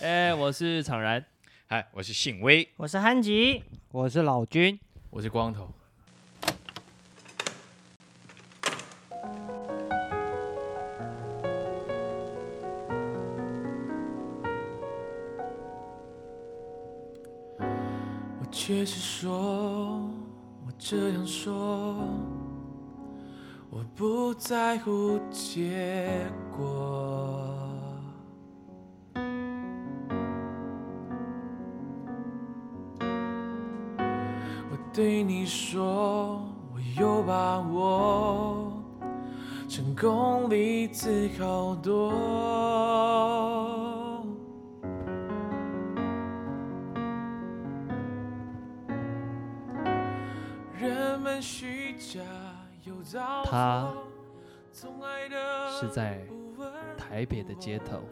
哎我是常然。嗨，我是信威。我是憨吉，我是老君，我是光头。我确实说，我这样说，我不在乎结果。我对你说，我有把握，成功离自好多。人们虚假又造作他从爱的是在不温台北的街头，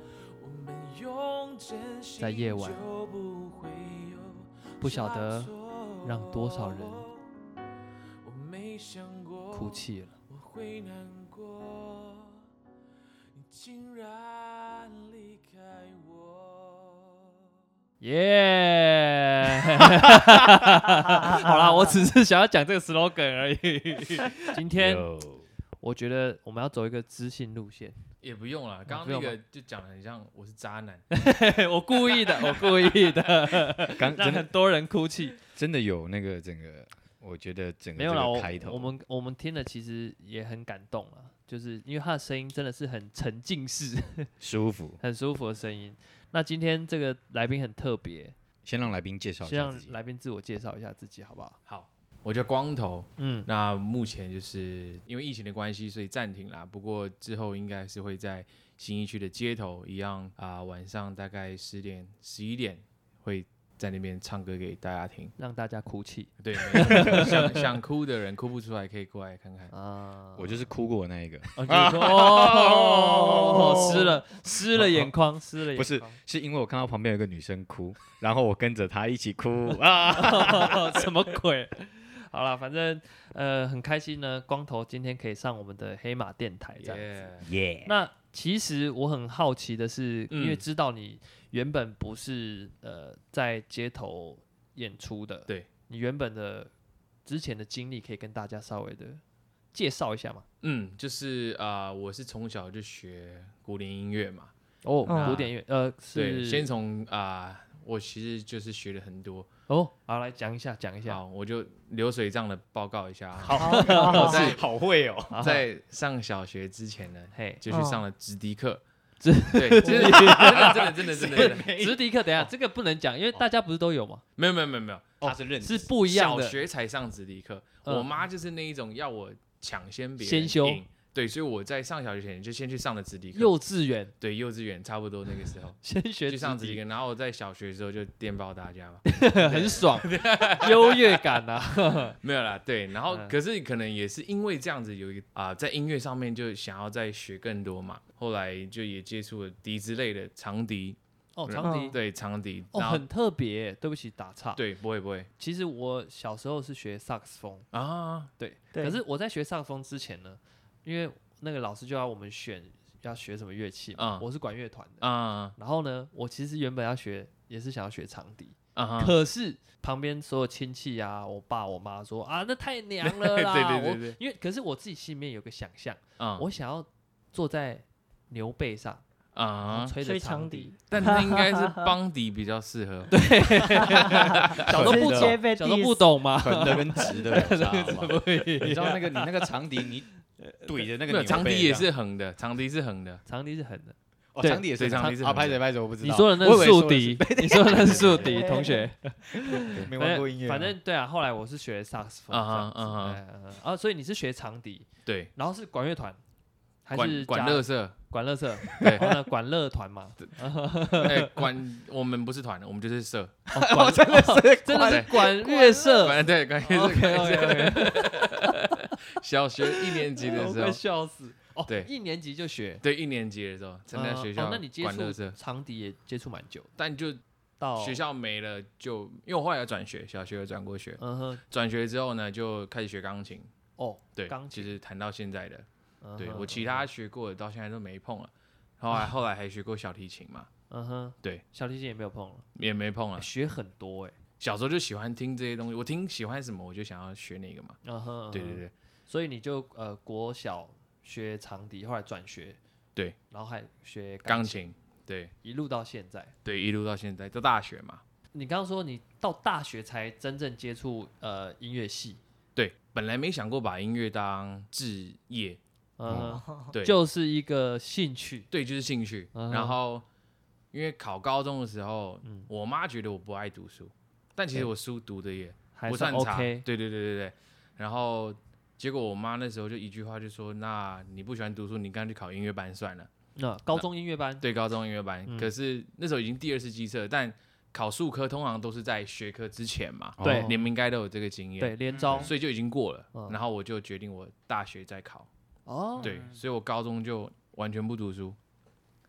我们用真心在夜晚就不会有不晓得差错让多少人我没想过哭泣了。我会难过，你竟然离开我。耶！ 好啦，我只是想要讲这个 slogan 而 已。今天有我觉得我们要走一个知性路线，也不用了，刚刚啊不那用个就讲的很像我是渣男， 我故意的，我故意 的，刚让真很的多人哭泣。真的有那个整个，我觉得整个没有这啦，个我开头我们我们听了其实也很感动了，就是因为他的声音真的是很沉浸式、 舒服。很舒服的声音。那今天这个来宾很特别，先让来宾介绍一先下自己让。来宾自我介绍一下自己好不好？好，我叫光头。嗯，那目前就是因为疫情的关系，所以暂停啦。不过之后应该是会在新一区的街头一样啊、晚上大概十点、十一点会在那边唱歌给大家听。让大家哭泣对， 没错想想哭的人哭不出来，可以过来看看。啊！我就是哭过 的那一个，哦，啊就是说哦，湿了，湿了眼眶，湿了眼不是眶，是因为我看到旁边有个女生哭，然后我跟着她一 起哭啊。什么鬼？好了，反正呃很开心呢，光头今天可以上我们的黑马电台 这样。耶耶，那其实我很好奇的是，因为嗯知道你原本不是呃在街头演出的，对你原本的之前的经历，可以跟大家稍微的介绍一下吗？嗯，就是啊、我是从小就学古典音乐嘛，哦，嗯古典乐，呃，对，是先从啊、我其实就是学了很多。哦，好来讲一下，讲一下，好，我就流水账的报告一下啊。好好好好我在好会哦，好在上小学之前呢，嘿，就去哦上了直笛课。直 对，就是真的真的真的真的 真的，直笛课，等一哦下这个不能讲，因为大家不是都有吗？没有没有没有没有，他是认哦是不一样哦小的，学才上直笛课，嗯我妈就是那一种要我抢先别人先修赢。对，所以我在上小学前就先去上了直笛课，幼稚园对，幼稚园差不多那个时候先 学去上直直笛笛，课，然后我在小学的时候就电报 大家嘛，很爽， 优越感啊，没有啦，对，然后嗯可是可能也是因为这样子有一个啊、在音乐上面就想要再学更多嘛，后来就也接触了笛之类的长笛，哦，长笛，对长笛，哦，然后、很特别，对不起，打岔，对，不会不会其实我小时候是学萨克斯风，啊，对，对可是我在学萨克斯风之前呢，因为那个老师就要我们选要学什么乐器嘛，嗯我是管乐团的。啊然后呢，我其实原本要学，也是想要学长笛，啊哈，可是旁边所有亲戚啊，我爸我妈说啊，那太娘了啦。对对对我对因为可是我自己心里面有个想象，啊我想要坐在牛背上，然后啊，吹着吹长长笛笛，，但那应该是邦迪比较适 合，对，小时候不直 接懂，被小时候不 diss 懂嘛，横的跟直的 有差好吗你知道那个你那个长笛， 你怼着那没个有牛长背笛也这样是横的，长笛是横的， 长笛是狠的。哦，对长笛也是对这样长笛是啊，横的拍谁拍谁我不知道。你说的那我以为是说竖的笛，你 说的那是竖笛，对同学。是反没玩正过音乐啊，反正对啊，后来我是学萨克斯风这啊哈样子。啊哈哎嗯嗯啊，所以你是学长笛，对，然后是管乐团，还管是管加 乐社，管乐社？对然后呢，管乐团嘛，哎，管我们不是团，我们就是社， 哦管真的是真的是 哦管乐社。管对，管 OK OK OK，小学一年级的我时快候，笑死。哦，对一年级就学。对，一年级的时候，参加嗯学哦校那你接管乐触哦社，长笛也接触蛮久，但就到学，校没了，就因为我后来有转学，小学有转过学，嗯哼，转学之后呢，就开始学钢琴，哦，对，钢其琴，实弹到现在的，嗯对哼我其他学过的到现在都没碰了，后来后来还学过小提琴嘛，嗯哼，对，啊小提琴也没有碰了，也没碰了欸。学很多哎，小时候就喜欢听这些东西，我听喜欢什么我就想要学哪个嘛。嗯哼，对对嗯哼，对，所以你就呃国小学长笛，后来转学，对，然后还学钢钢琴，琴，对一路到现在。对，一路到现在到大学嘛。你刚刚说你到大学才真正接触呃音乐系，对，本来没想过把音乐当置业，嗯哼，哦对，就是一个兴趣，对，就是兴趣。嗯然后因为考高中的时候，我妈觉得我不爱读书，但其实对我书读的也还不算算差。对 OK，对对对对。然后结果我妈那时候就一句话就说：“那你不喜欢读书，你干脆去考音乐班算了。那高中音乐班”，对，高中音乐班。嗯可是那时候已经第二次机测，但考数科通常都是在学科之前嘛，哦对你们应该都有这个经验。对，连招所以就已经过了。嗯然后我就决定我大学再考。哦，对，所以我高中就完全不读书，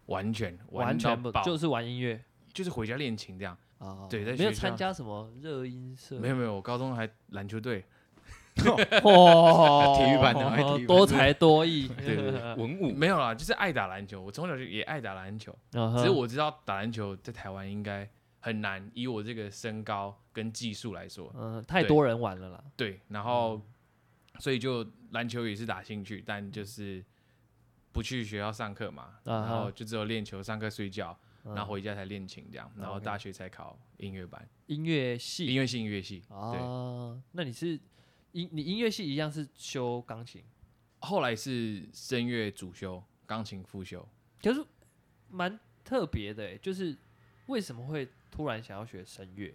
完全完全不就就是玩音乐就是回家练琴这样。啊？对在没有学校参加什么热音社，没有没有，我高中还篮球队，哦 体育班的还体育班的多才多艺。 嗯 对对 文武没有啦，就是爱打篮球。我从小就也爱打篮球，嗯哼只是我知道打篮球在台湾应该很难，以我这个身高跟技术来说，嗯，太多人玩了啦。对。然后所以就篮球也是打兴趣，但就是不去学校上课嘛，嗯啊哈然后就只有练球、上课、睡觉，嗯啊然后回家才练琴这样，然后 OK 大学才考音乐班，音乐音系乐系音乐系。对，啊，那你是音你音乐系一样是修钢琴，后来是声乐主修，钢琴副修。可是蛮特别的欸，就是为什么会突然想要学声乐？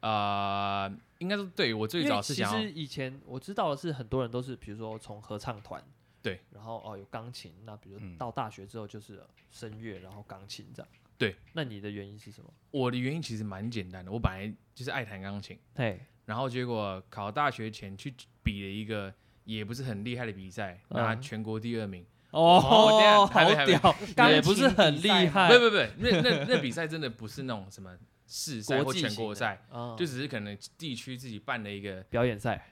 啊，应该说对我最因为早是想其要实以前我知道的是，很多人都是比如说从合唱团，对，然后哦有钢琴，那比如嗯到大学之后就是呃声乐，然后钢琴这样。对，那你的原因是什么？我的原因其实蛮简单的，我本来就是爱弹钢琴，嘿，然后结果考大学前去比了一个也不是很厉害的比赛，嗯拿全国第二名。哦哦， damn，还没还好没屌，钢也不是琴很比厉赛吗害不，不不，那那那比赛真的不是那种什么市赛或国际全型国的赛，嗯就只是可能地区自己办的一个。表演赛，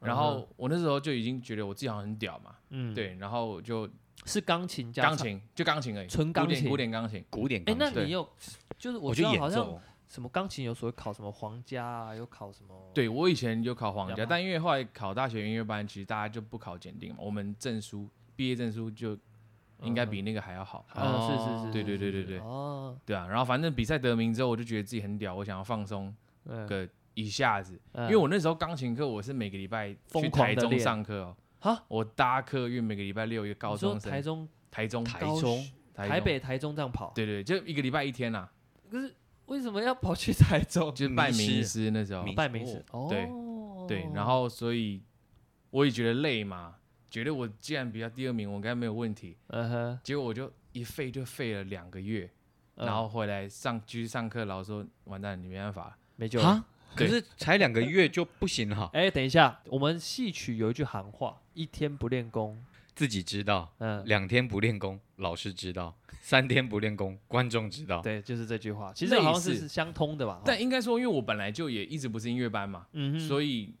然后我那时候就已经觉得我自己好像很屌嘛，嗯，，对，然后我就是钢琴加钢唱。琴就钢琴而已，纯钢古典琴古典钢琴。古典哎，钢那琴，你对有就是我我知就道好演像奏，什么钢琴有所谓考什么皇家啊，有考什么对我以前有考皇了家，解但因为后来考大学音乐班，其实大家就不考检定嘛，我们证书毕业证书就应该比那个还要好。嗯嗯是是是对对对对对哦，对啊，然后反正比赛得名之后，我就觉得自己很屌，我想要放松嗯，个一下子，因因为我那时候钢琴课我是每个礼拜去疯狂地台中练上课哦，哈，我搭客运每个礼拜六一个高中生台中台中台高中雄台台中北、台中这样跑，对对，就一个礼拜一天啦，可是为什么要跑去台中？就是拜迷名失师那时候迷 拜名师哦，对对，然后所以我也觉得累嘛，觉得我既然比较第二名，我应该没有问题。嗯哼，结果我就一废就废了两个月，嗯然后回来上继续上课，老师说完蛋，你没办法了。没救了。啊，可是才两个月就不行了，哎，等一下，我们戏曲有一句行话：一天不练功，自己知道，嗯，两天不练功，老师知道；三天不练功，观众知道。对，就是这句话。其实好像类是似是相通的吧？但应该说，因为我本来就也一直不是音乐班嘛，哦嗯哼，所以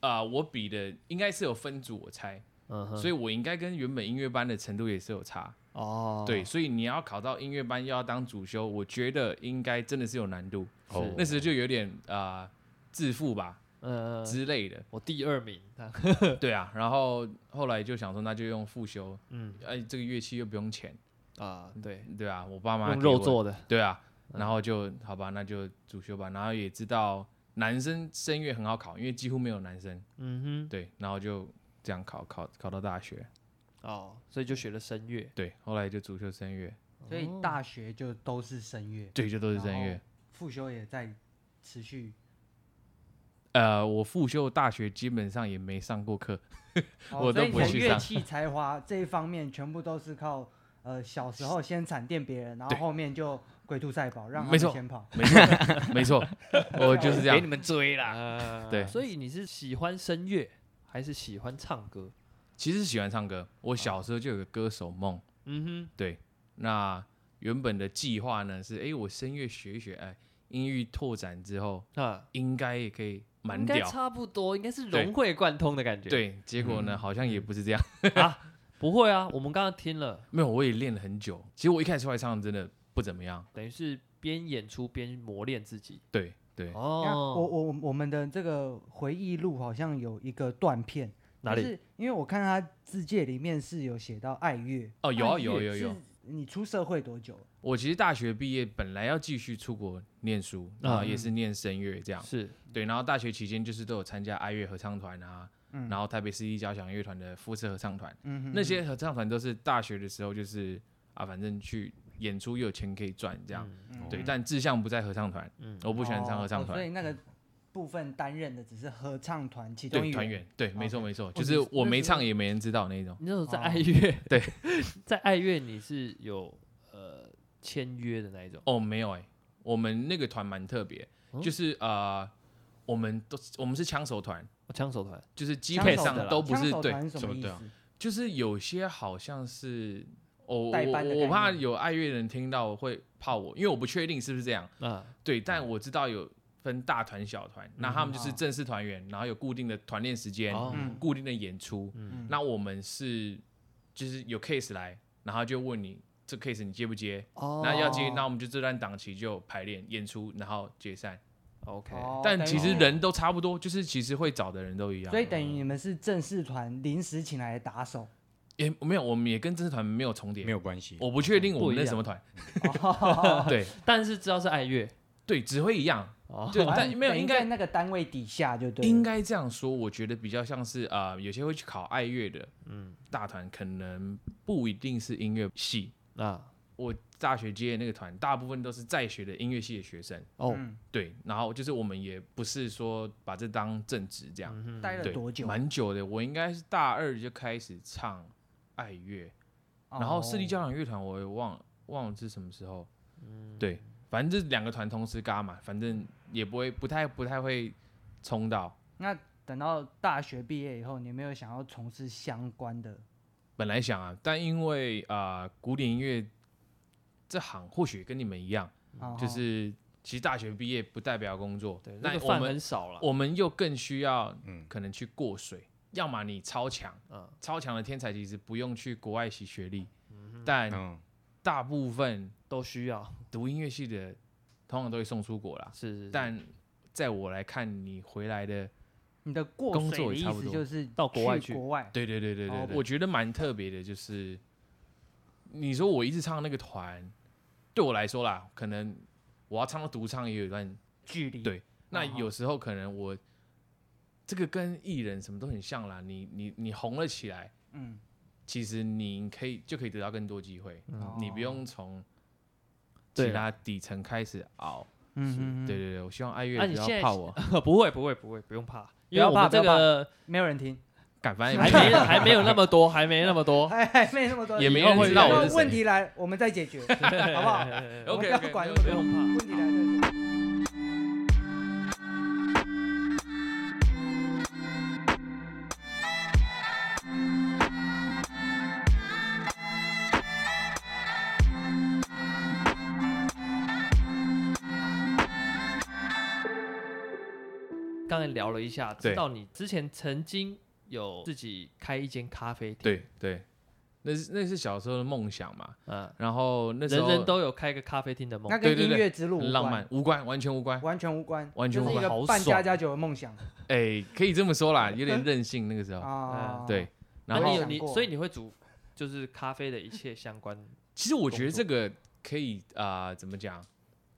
啊、呃我比的应该是有分组，我猜，嗯哼，所以以我应该跟原本音乐班的程度也是有差。哦，对，，所以你要考到音乐班，又要当主修，我觉得应该真的是有难度。是那时候就有点啊、呃自负吧呃，之 类的。我第二名， 啊对啊，然后后来就想说，那就用复修，嗯哎，这个乐器又不用钱，啊，对，对啊，我爸妈用给我肉，做的，对啊，嗯然后就好吧，那就主修吧，然后也知道男生声乐很好考，因为几乎没有男生，嗯对，然后就这样考考考到大学，哼，哦，所以就学了声乐，对，后来就主修声乐，所以大学就都是声乐，对，就都是声乐哦然后。复修也在持续。呃，我复修大学基本上也没上过课，哦我都所以不会你的去乐上器才华这一方面，全部都是靠呃小时候先闪电别人，然后对后面就龟兔赛跑，让他没们错先跑。没错， 没错，我就是这给样你。们追啦。啦对所以你是喜欢声乐还是喜欢唱歌？其实喜欢唱歌，我小时候就有个歌手梦。嗯对，那原本的计划呢是，哎，我声乐学一学，哎，音域拓展之后，哼，啊，应该也可以蛮应该屌。差不多，应该是对融会贯通的感觉。，对，结果呢，好像也不是这样。 不会啊，我们刚刚听了，没有，我也练了很久。其实我一开始出来唱真的不怎么样。等于是边演出边磨练自己。对对，那我哦，我我我们的这个回忆录好像有一个断片，哪就里？是因为我看他字界里面是有写到爱乐，哦，有啊爱乐有有有是。你出社会多久？我其实大学毕业本来要继续出国念书嗯啊，也是念声乐这样。是对，然后大学期间就是都有参加爱乐合唱团啊，嗯然后台北市立交响乐团的肤色合唱团，嗯哼那些合唱团都是大学的时候就是啊，反正去演出又有钱可以赚这样。嗯对，但志向不在合唱团，嗯我不喜欢唱合唱哦所以团。那个部分担任的只是合唱团其中一对，团员，对，没错没错，就哦你是是我那没时唱候也没人知道那种。你那时候在哦爱乐，对， 在爱乐你是有呃签约的那一种，哦，没有哎、我们那个团蛮特别，嗯就是呃，我们都是我们是枪手团，哦枪手团就是基枪本手上的啦都不枪是手对团是什么意对思啊，？就是有些好像是。哦、代我班的我概怕念有爱乐人听到会怕我，因为我不确定是不是这样。啊，对，但我知道有分大团、小团，那他们就是哦正式团员，然后有固定的团练时间、哦嗯固定的演出。嗯那我们是就是有 case 来，然后就问你这 case 你接不接？哦那要接，哦那我们就这段档期就排练、演出，然后解散。 OK，哦但等于其实是人都差不多，就是其实会找的人都一样。所以等于你们是正式团临时请来的打手，也没有，我们也跟这支团没有重叠没。有关系。我不确定我不们一那样什么团，对但是知道是爱乐对，只会一样。哦，对，反但正没有等于应该在那个单位底下就对了，应该这样说，我觉得比较像是啊，呃有些会去考爱乐的，嗯，大团可能不一定是音乐系。啊我大学接的那个团，大部分都是在学的音乐系的学生，哦嗯对。然后就是我们也不是说把这当正职这样，待了哦对，多久？蛮久的，我应该是大二就开始唱爱乐，哦然后市立交响乐团我也忘了忘了是什么时候，对，反正这两个团同时嘎嘛，反正也不会不太不太会冲到。那等到大学毕业以后，你有没有想要从事相关的？本来想啊，但因为啊、呃古典音乐这行或许跟你们一样，哦就是其实大学毕业不代表工作，对，那那个我饭们很少了，我们又更需要嗯，可能去过水，要么你超强，嗯超强的天才其实不用去国外洗学历，但嗯，大部分都需要读音乐系的通常都会送出国啦。是，是但在我来看，你回来的，你的过工水作的也意差不思多就是到国外去去，国外对对对对对哦对，我觉得蛮特别的，就是你说我一直唱那个团，对我来说啦，可能我要唱到独唱也有一段，距离，对那嗯哦有时候可能我这个跟艺人什么都很像啦，你你你红了起来，嗯，其实你可以就可以得到更多机会，你哦不用从哦对啊其他底层开始熬。嗯，嗯，嗯对对，对，我希望爱乐啊不你现在要 怕我，不会不会不会不用怕，因为要我怕们不这要怕个没有人听， 敢翻还 没还没有那么多，还没那么多。哎，还没那么多，也没人知道我是谁问题来，我们再解决，好不好？我们不 OK，OK，要管那不么多用怕问题来再说。 刚才聊了一下，对知道你之前曾经有自己开一间咖啡店，对对，那是那是小时候的梦想嘛。嗯，然后那时人候人都有开个咖啡厅的梦那，对跟对音对乐之路很无浪关漫，无关，完全无关，完全无关，完全就无是一关。好个半家爽家酒的梦想哎，可以这么说啦，有点任性那个时哦候。啊。对，，然然后后想你过所以你会煮就是咖啡的一切相关，其实我觉得这个可以啊、呃怎么讲，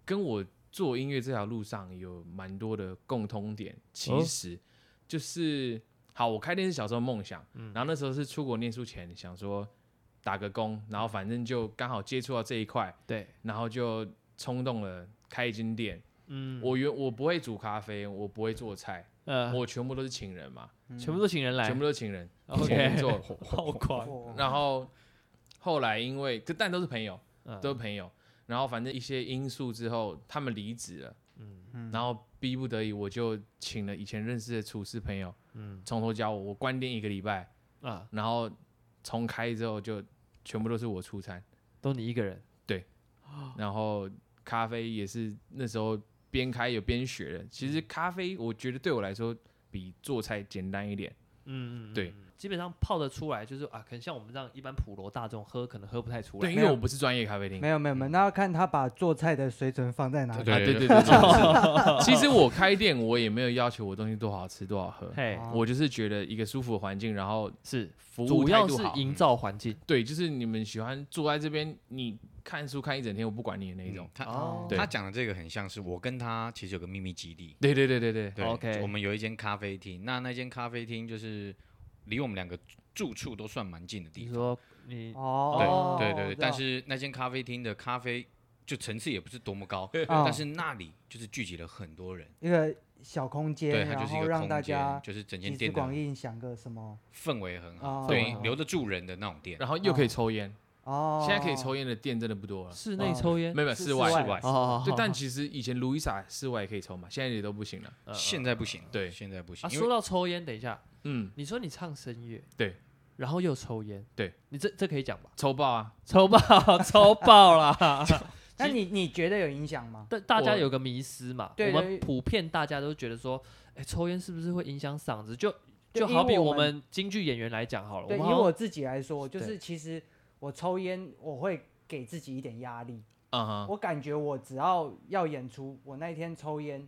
跟我做音乐这条路上有蛮多的共通点。其哦实就是好，我开店是小时候梦想，嗯然后那时候是出国念书前想说打个工，然后反正就刚好接触到这一块，对，然后就冲动了开一间店。嗯，我原我不会煮咖啡，我不会做菜，呃，我全部都是请人嘛，全部都请人来全部都是请人， ，OK 请 人做。好 狂，哦然后后来因为这但都是朋友，嗯都是朋友。然后反正一些因素之后，他们离职了，嗯然后逼不得已，我就请了以前认识的厨师朋友，嗯从头教我。我关店一个礼拜，啊，然后重开之后就全部都是我出餐，都你一个人，然后咖啡也是那时候边开有边学的。其实咖啡我觉得对我来说比做菜简单一点，嗯，嗯对，嗯基本上泡得出来，就是啊，可能像我们这样一般普罗大众喝，可能喝不太出来。对，因为我不是专业咖啡厅没。有没有没有，那要看他把做菜的水准放在哪里。啊对对对对，其实我开店我也没有要求我东西多好吃多好喝，嘿，哦我就是觉得一个舒服的环境，然后是，服务主态要度是好。营造环境。对，就是你们喜欢坐在这边，你看书看一整天，我不管你的那一种。他哦他讲的这个很像是我跟他其实有个秘密基地。对对对对对，对 OK 我们有一间咖啡厅，那那间咖啡厅就是离我们两个住处都算蛮近的地你方。说你哦，对我对对，知但道是那间咖啡厅的咖啡就层次也不是多么高，哦但是那里就是聚集了很多人，一个小空对，间，它就然是一后个让大空间家，就是整间集店思的广益，想个什么氛围很好，哦对氛围，留得住人的那种店。然后又可以抽烟，哦。现在可以抽烟的店真的不多了，室内抽烟没有没有是室外室外哦哦，哦对，但哦其实以前卢伊莎室外也可以抽嘛，现在也都不行了。呃现在不行，对现在不行啊，，因说为到抽烟，等一下，嗯，你说你唱声乐，对，然后又抽烟，对，你这这可以讲吧？抽爆啊！抽爆，抽爆啦！那你你觉得有影响吗？ 但大家我有个迷思嘛，对我对们普遍大家都觉得说，哎，抽烟是不是会影响嗓子？就对就好比因为我我们们京剧演员来讲好了，对，以们好像我自己来说，就对是其实我抽烟，我会给自己一点压力。嗯哼，我感觉我只要要演出，我那一天抽烟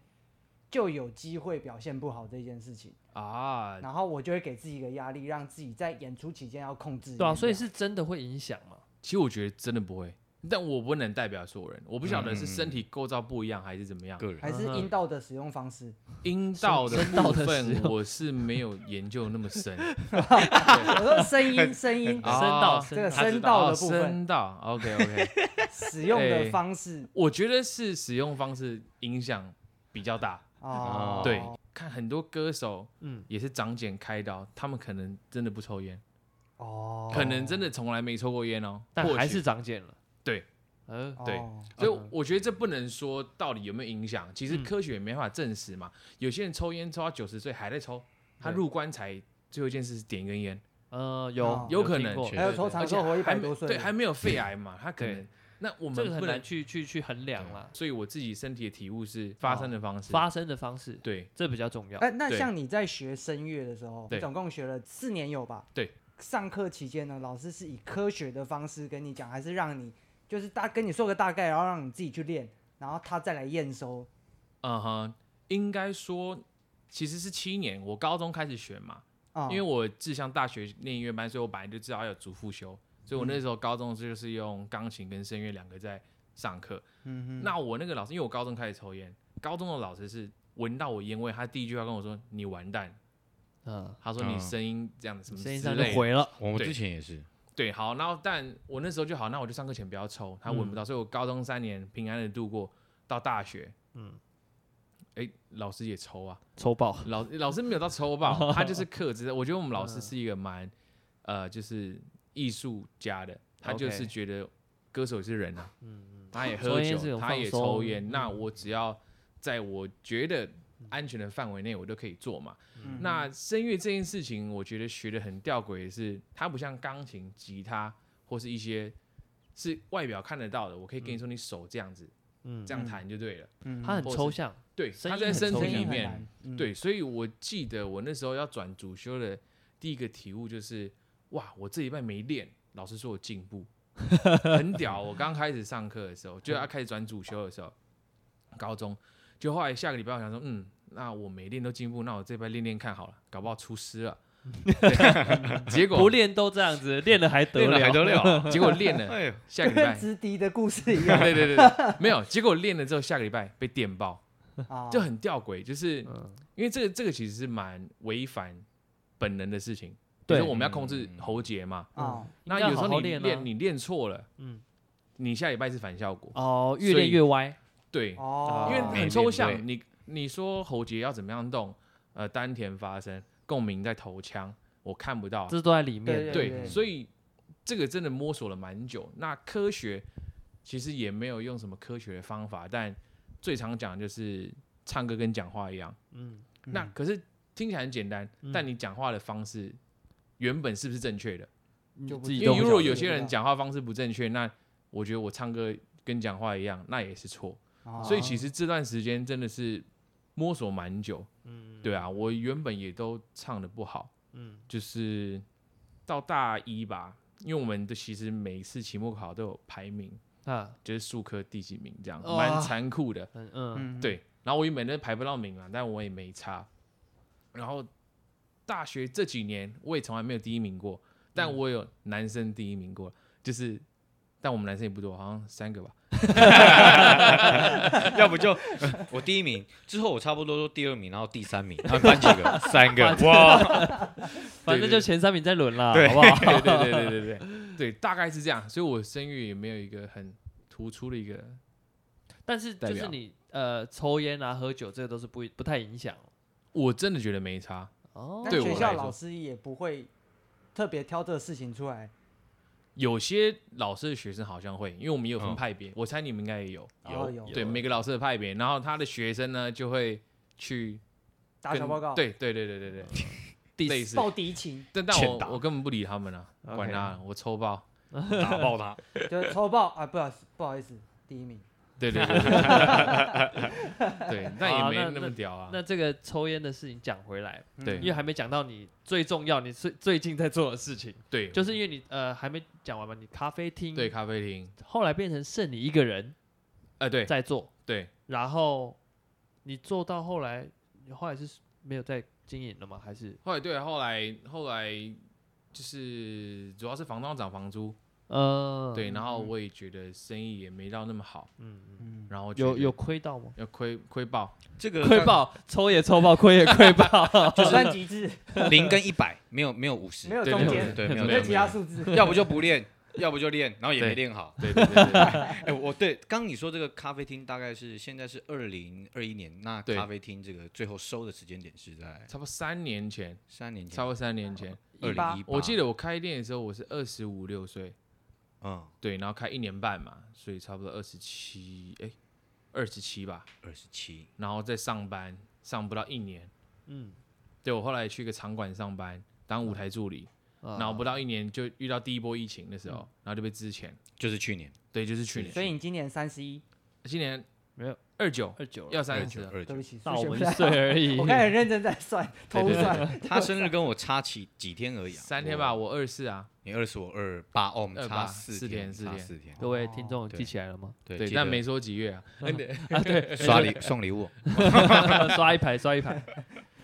就有机会表现不好这件事情，啊，然后我就会给自己一个压力，让自己在演出期间要控制。对啊，所以是真的会影响嘛？其实我觉得真的不会，但我不能代表所有人，我不晓得是身体构造不一样还是怎么样。个人还是嗯阴道的使用方 式。阴道的声道部的使分用我是没有研究那么深，我说声音，声音声啊道，这个声道声道的部哦分声道 ，OK OK，使用哎的方式我觉得是使用方式影响比较大。哦，对，看很多歌手嗯，也是长茧开刀，他们可能真的不抽烟，哦，可能真的从来没抽过烟哦，但或还许是长茧了。对，呃，哦对所以我觉得这不能说到底有没有影响，其实嗯科学也没法证实嘛。有些人抽烟抽到九十岁还在抽，他对入棺材最后一件事是点一根烟，呃，有哦有可能听过确还有对抽而长且寿活一还百没多岁对，的，还没有肺癌嘛，他可对能。那我这个们很不能难去去去衡量啦，所以我自己身体的体悟是哦发生的方式，发生的方式，对这比较重要。哎，那对像你在学声乐的时候，对你总共学了四年有吧？对。上课期间呢，老师是以科学的方式跟你讲，还是让你就是大跟你说个大概，然后让你自己去练，然后他再来验收？嗯哼，应该说其实是七年，我高中开始学嘛，哦啊、因为我志向大学念音乐班，所以我本来就知道要有主副修，所嗯以我那时候高中就是用钢琴跟声乐两个在上课。嗯哼那我那个老师，因为我高中开始抽烟，高中的老师是闻到我烟味，他第一句话跟我说：“你完蛋。嗯”，他说：“你嗯声音这样什么声音之上就类的。毁了。我对之前也是，对，好，然后但我那时候就好，那我就上课前不要抽，他闻不到，所以我高中三年平安的度过到大学。嗯嗯，哎，老师也抽啊，抽爆，老老师没有到抽 吧，他就是克制的。我觉得我们老师嗯是一个蛮呃，就是艺术家的，他就 OK 是觉得歌手也是人啊，嗯，他也抽喝烟是一酒，种他放也松抽烟，那嗯我只要在我觉得安全的范围内，我都可以做嘛。嗯那声乐这件事情，我觉得学的很吊诡的是，它不像钢琴、吉他或是一些是外表看得到的，我可以跟你说你手这样子，嗯这样弹就对了。嗯他很或是抽象，对，声它音在很身抽体象里很面，难嗯对，所以我记得我那时候要转主修的第一个体悟就是，哇，我这一半没练，老师说我进步，很屌。我刚开始上课的时候，就要开始转主修的时候，高中，就后来下个礼拜我想说，嗯，那我没练都进步，那我这边练练看好了，搞不好出师了。 对结果不练都这样子，练了还得练了还得了，结果练了 哎呦，下 个礼跟拜，直敌的故事 一样对对对对，没有，结果练了之后下个礼拜被电爆。啊，就很吊诡，就是哦嗯因为这个这个其实是蛮违反本能的事情，对就是我们要控嗯制喉结嘛。啊，那应该有时好候好你练啊练你练错了，嗯嗯，你下礼拜是反效果，哦，越所练以越歪，对，哦，嗯因为没很抽对象，你你说喉结要怎么样动，呃，丹田发声，共鸣在头腔，我看不到，这都在里面。对啊对，所以这个真的摸索了蛮久。那科学其实也没有用什么科学的方法，但最常讲就是唱歌跟讲话一样。嗯，那可是听起来很简单，但你讲话的方式原本是不是正确的？你就不自己因都为不如晓果得有些人讲话方式不正确，那我觉得我唱歌跟讲话一样，那也是错。啊哦所以其实这段时间真的是摸索蛮久。对啊，我原本也都唱的不好，嗯，就是到大一吧，因为我们的其实每一次期末考都有排名，啊，就是数科第几名这样，哇蛮残酷的。嗯嗯，嗯，对，然后我原本都排不到名了，但我也没差。然后大学这几年我也从来没有第一名过，嗯但我有男生第一名过，就是但我们男生也不多，好像三个吧。要不就我第一名，之后我差不多都第二名，然后第三名，他啊们班几个？ 三个，哦哇，反正就前三名再轮啦，对好不 好？对对对对对对对，大概是这样。所以我声乐也没有一个很突出的一个，但是就代是表你呃抽烟啊、喝酒这个都是不不太影响我真的觉得没差。哦。那对嗯我学来校说老师也不会特别挑这个事情出来，有些老师的学生好像会，因为我们也有分嗯啊派别，我猜你们应该也有。哦有对每个老师的派别，然后他的学生呢就会去打小跟报告，，对对对对对 对，类似。报敌情，但但欠打我我根本不理他们啊，管 OK 他，我抽爆。打爆他！就是抽报啊，不好意思不好意思，第一名，对对对对，对，但好啊也那嗯没那么屌啊。那这个抽烟的事情讲回来，因为对还没讲到你最重要，你最最近在做的事情，对，就是因为你呃还没讲完嘛，你咖啡厅对，咖啡厅，后来变成剩你一个人呃，对在做，对，然后你做到后来，你后来是没有再经营了吗？还是后来对，后来后来就是主要是房东要涨房租，呃对，然后嗯我也觉得生意也没到那么好，嗯嗯，然后觉有得有亏到吗？要亏亏爆，这个亏爆，抽也抽爆，亏也亏啊爆，九三极致，零跟一百，没有没有五十没，有对中对间，对对没有没有中其间他数字，要不就不练，要不就练，然后也没练好。对对对 对哎，我对刚你说这个咖啡厅大概是现在是二零二一年，那对咖啡厅这个最后收的时间点是在差不多三年前，三嗯年差前不，多三年前，二18零一八，我记，得我开店的时候我是二十五六岁，嗯，对，然后开一年半嘛，所以差不多二十七，哎，二十七吧，二十七，然后再上班，上不到一年，嗯，对我后来去一个场馆上班，当舞台助理，嗯啊然后不到一年就遇到第一波疫情的时候，然后就被支遣，就是去年对，就是 去所年，以你今年三十一，今年没有二九二九了，要三二九十，啊对二九不，起，数大我学不们太一岁而已。 我开始认真在算，偷 对对算，他生日跟我差几几天而已、啊，三天吧，我，我二四啊，你二十我二八，哦，我们差28四四差天四天，各位听众对记起来了吗？ 对对，记但得没 说几月啊，刷礼送礼物，刷一排，刷一排。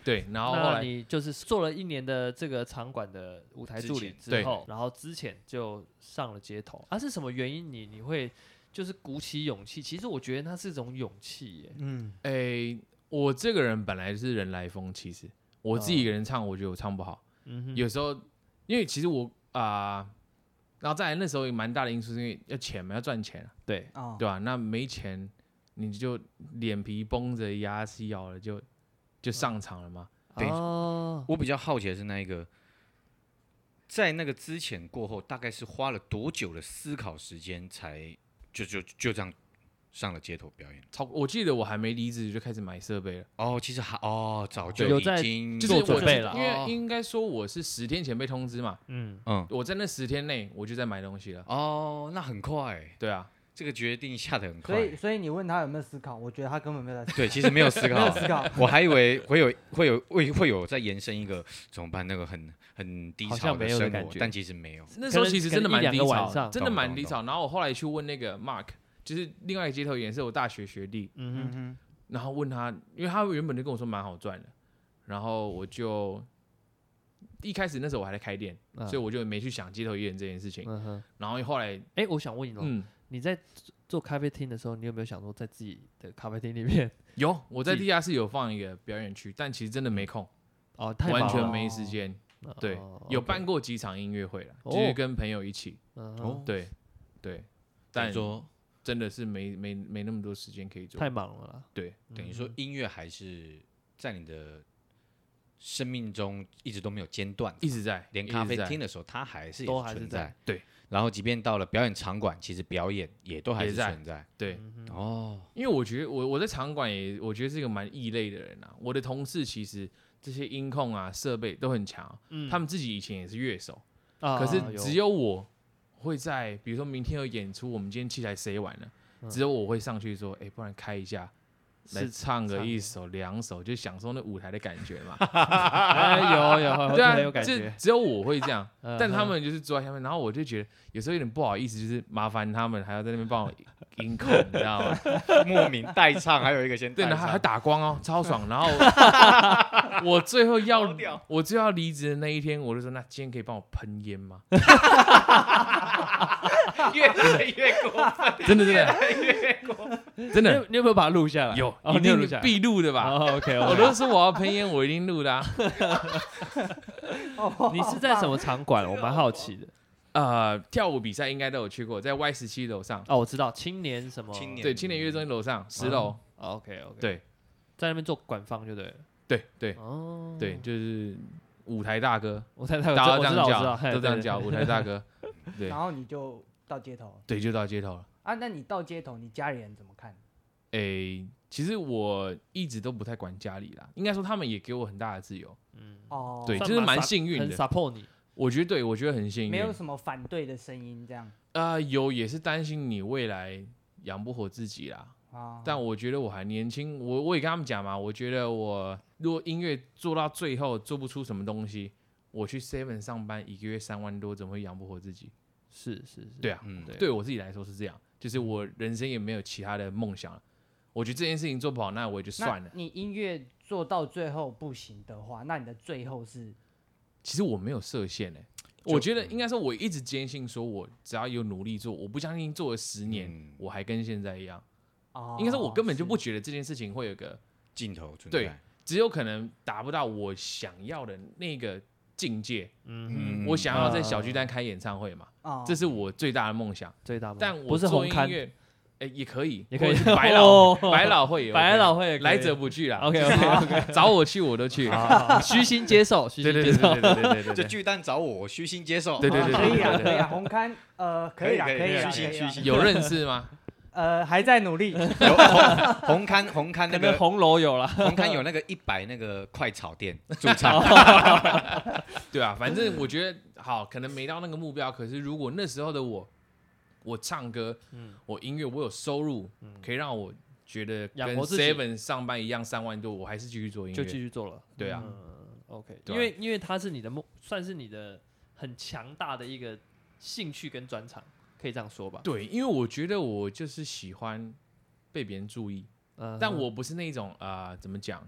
对，然后后那来你就是做了一年的这个场馆的舞台助理之之前后，然后之前就上了街头啊？是什么原因你你会就是鼓起勇气？其实我觉得它是一种勇气耶。嗯，诶，我这个人本来是人来疯，其实我自己一个人唱，我觉得我唱不好，嗯哼，有时候因为其实我啊、然后再来那时候也蛮大的因素是因为要钱嘛，要赚钱啊，对，哦，对吧、那没钱你就脸皮绷着，牙齿咬了就就上场了嘛。等于哦，我比较好奇的是那一个，在那个之前过后，大概是花了多久的思考时间才就就就这样上了街头表演？超，我记得我还没离职就开始买设备了，哦，其实还哦，早就有已在经就是嗯做我准备了因哦为应该说我是十天前被通知嘛，嗯，嗯我在那十天内我就在买东西了。哦，那很快，对啊，这个决定下的很所以快。所以你问他有没有思考，我觉得他根本没有在思对，其实没有思 考，没有考，思考，我还以为会有会有会会有再延伸一个怎么办？那个很很低好潮像没有的生感活觉，但其实没有。那时候其实真的蛮可能一低两个晚潮，上真的蛮懂低懂潮。然后我后来去问那个 Mark，就是另外一个街头演是我大学学弟，嗯嗯哼，哼，然后问他，因为他原本就跟我说蛮好赚的，然后我就一开始那时候我还在开店，嗯所以我就没去想街头艺人这件事情。嗯哼，然后后来，哎，我想问你哦，嗯，你在做咖啡厅的时候，你有没有想说在自己的咖啡厅里面？有我在自地下室有放一个表演区，但其实真的没空，哦，太忙完全了没时间。对，哦有 OK 办过几场音乐会了，哦就是跟朋友一起。嗯哼哦对，对，等但于说真的是没没没那么多时间可以做太。忙了啦。对，等于说音乐还是在你的生命中一直都没有间断，一直在连一咖直啡在厅的时候，它还是也都是还是存在在。对，然后即便到了表演场馆，其实表演也都还也是在存在。对，嗯哦，因为我觉得我我在场馆也，我觉得是一个蛮异类的人啊。我的同事其实这些音控啊设备都很强，嗯他们自己以前也是乐手，啊可是只有我会在，比如嗯说明天有演出，我们今天器材谁玩了，只有我会上去说，哎、不然开一下来是唱个唱一的首两首，就享受那舞台的感觉嘛。哎有 有，对对啊，很有感这 觉。只有我会这样， 嗯但他嗯们就是坐在下面，然后我就觉得有时候有点不好意思，就是麻烦他们还要在那边帮我音控，你知道 吗？ 莫名代唱，还有一个先对，代然后还还唱，打光哦，超爽。然后我最后要我最后要离职的那一天，我就说那今天可以帮我喷 烟吗？越 来越过分，真的真的真你的 有你有没有把它录下来？有，哦一你有定录下来哦必录的吧？ OK，我都说我要喷烟，我一定录的啊。哦，你 是在什么场馆？我蛮好奇的。呃，跳舞比赛应该都有去过，在 Y 十七楼上，哦，我知道青年什么青年对，青年乐中心楼上十楼，哦 OK OK，对，在那边做管方就对了。对对哦，对，，就是舞台大哥。我猜他有大家我都知这道我知道样，嘿叫，都这样对叫，舞台大 哥，对然后你就到街头了对，就到街头了。啊？那你到街头，你家里人怎么看？诶，其实我一直都不太管家里啦，应该说他们也给我很大的自由，嗯，哦，对，算就是蛮 sup- 幸运很的。 support 你，我觉得对，我觉得很幸没有运。什么反对的声音这样啊，有也是担心你未来养不活自己啦，哦啊。但我觉得我还年轻，我我也跟他们讲嘛，我觉得我如果音乐做到最后做不出什么东西，我去 Seven 上班一个月三万多，怎么会养不活自己？是是是，对啊，嗯，对嗯对我自己来说是这样，就是我人生也没有其他的梦想了。我觉得这件事情做不好，那我也就算了那。你音乐做到最后不行的话，那你的最后是其实我没有设限诶、就我觉嗯得应该说我一直坚信，说我只要有努力做，我不相信做了十年、嗯我还跟现在一样。哦，应该说我根本就是不觉得这件事情会有个，镜头存对在，只有可能达不到我想要的那个境界。嗯哼，我想要在小巨啊蛋开演唱会嘛，哦这是我最大的梦想。最大梦但我不是做红音刊，乐，哎、也可以，也可以或者是百老哦百老汇也 OK 百老汇也可以来者不拒啦。 OK OK， 找我去我都去。 虚心接受，虚对心对接对受，对对对对这对 巨蛋找我，我虚心接受，对对啊对对可以啊，对对可以啊，红勘，呃，可以啦，可以啊可以以啊啦，虚心可以啦啊虚心对， 有认识吗？呃，还在努力，有红红勘红勘可 那能个红楼有了，红勘有那个一百那个快炒 店驻唱，对啊，反正我觉得好，可能没到那个目标，可是如果那时候的我，我唱歌，嗯我音乐，我有收入，可以让我觉得养跟活自己 Seven 上班一样三万多，我还是继续做音就继乐。续做了。对啊，嗯，OK，对啊因为因为它是你的梦，算是你的很强大的一个兴趣跟专长，可以这样说吧。对，因为我觉得我就是喜欢被别人注意，嗯但我不是那种啊、呃怎么讲，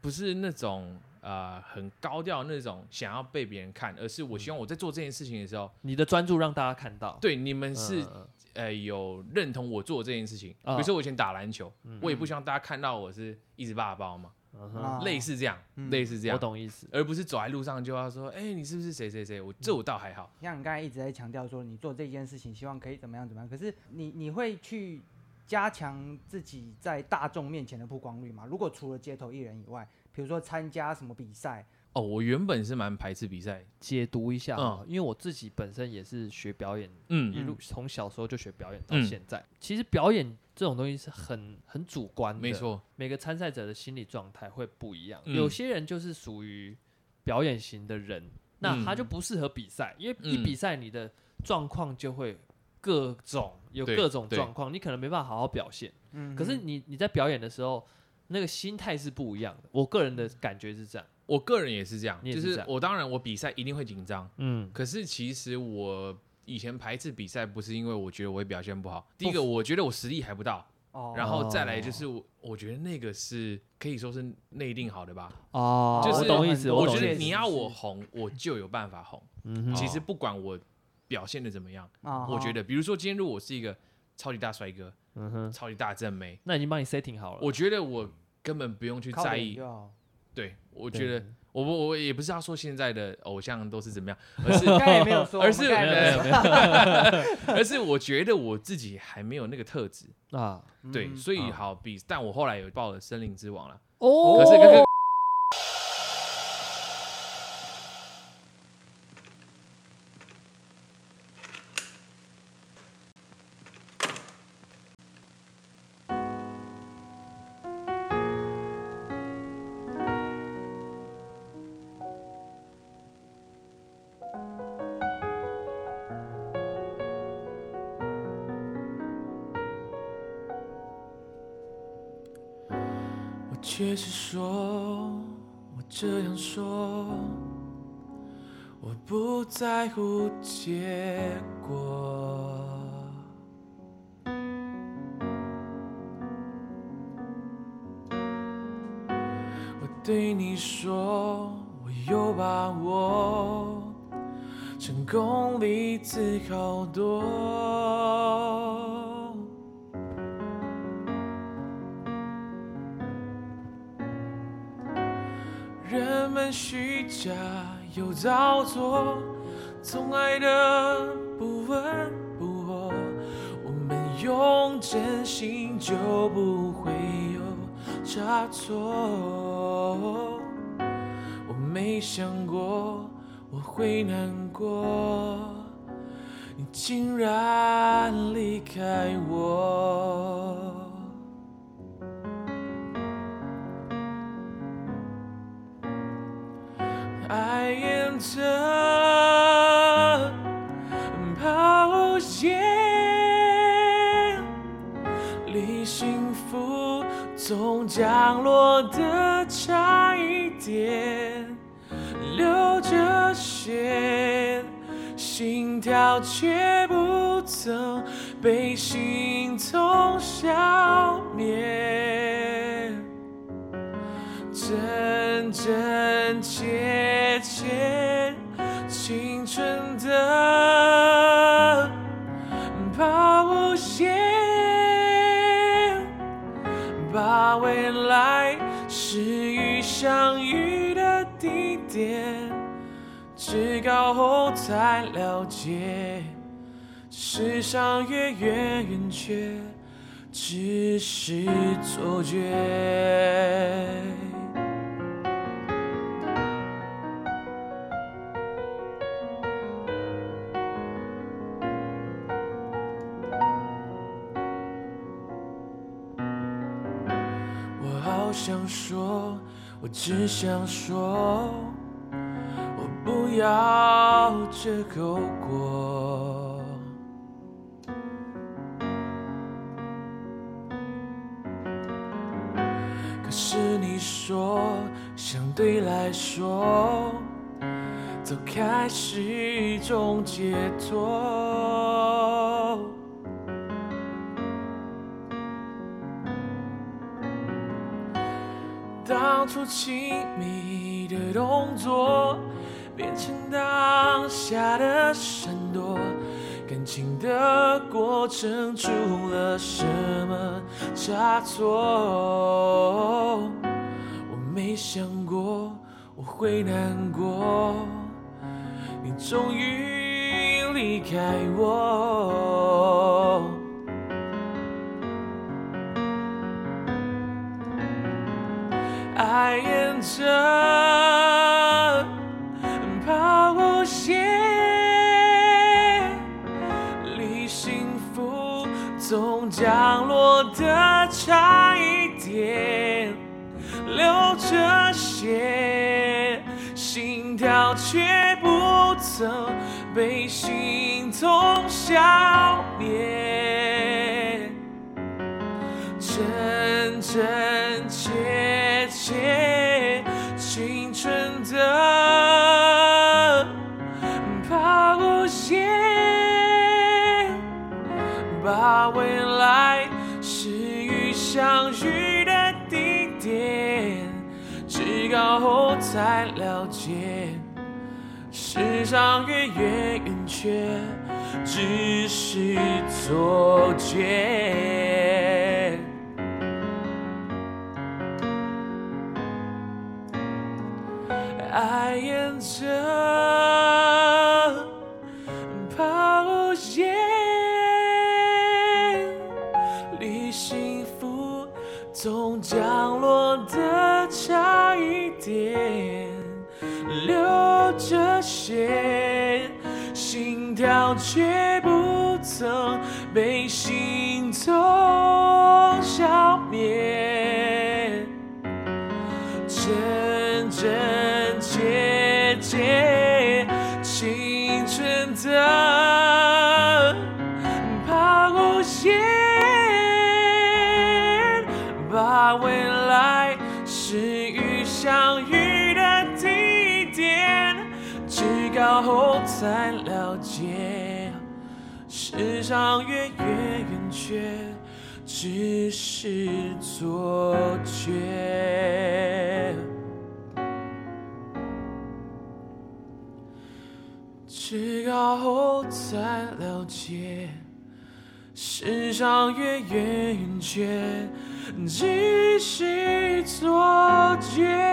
不是那种啊、呃很高调那种想要被别人看，而是我嗯希望我在做这件事情的时候，你的专注让大家看到，对你们嗯，是嗯呃有认同我做这件事情。比啊如说我以前打篮球，我也不希望大家看到我是一直霸包嘛，嗯嗯啊类似这样，嗯类似这我样，懂意思。而不是走在路上就要说，哎、你是不是谁谁谁？我嗯这我倒还好， 像你刚才一直在强调说，你做这件事情希望可以怎么样怎么样，可是你你会去加强自己在大众面前的曝光率吗？如果除了街头艺人以外，比如说参加什么比赛，哦，我原本是蛮排斥比赛，解读一下嗯好了，因为我自己本身也是学表演，一嗯，路从小时候就学表演到嗯现在。其实表演这种东西是很很主观的，没错，每个参赛者的心理状态会不一样。嗯有些人就是属于表演型的人，那嗯他就不适合比赛，因为嗯一比赛你的状况就会各种有对各种对状况，你可能没办法好好表现。嗯，可是你你在表演的时候，那个心态是不一样的。我个人的感觉是这样，我个人也是这样，你也就是这是样我当然我比赛一定会紧张，嗯，可是其实我以前排斥比赛不是因为我觉得我会表现不好，第一不个我觉得我实力还不到，哦，然后再来就是我我觉得那个是可以说是内定好的吧，哦就是我懂意思，很多我我懂觉意得思。你要是我红，我就有办法红。嗯哼其实不管我表现的怎么样，啊哈我觉得，比如说今天如果我是一个超级大帅哥、嗯哼，超级大正妹，那已经帮你 setting 好了。我觉得我根本不用去靠哦在脸意就。好对，我我觉得我我我也不是要说现在的偶像都是怎么样，而是刚才也没有说， 而我是们刚才也没有说 而是我觉得我自己还没有那个特质。啊，对，嗯所以啊好比，但我后来有报了《森林之王》了，哦可是可是。却是说，我这样说，我不在乎结果。我对你说，我有把握，成功离自好多。人们虚假又造作，从爱的不温不火。我们用真心就不会有差错。我没想过我会难过，你竟然离开我。爱沿着嗯泡烟，离幸福总降落的差一点，流着血，心跳却不曾被心痛消灭。真真切切青春的泡烟，把未来始于相遇的地点，至高后才了解，世上越远越缺，只是错觉。我好想说，我只想说，我不要这后果。可是你说，相对来说，早该是一种解脱。当初亲密的动作，变成当下的闪躲。感情的过程出了什么差错？我没想过我会难过，你终于离开我。爱沿着抛线，离幸福总降落的差一点，流着血，心跳却不曾被心痛消灭。真真切切青春的泡线，把未来始于相遇的地点，至高后才了解，世上越远越缺，只是错觉。爱沿着抛线，离幸福总降落的差一点，流着血，心跳却不曾被心痛消灭。真真切切青春的抛线，把未来。后才了解，世上越越远却只是错觉。至高后才了解，世上越越远却只是错觉。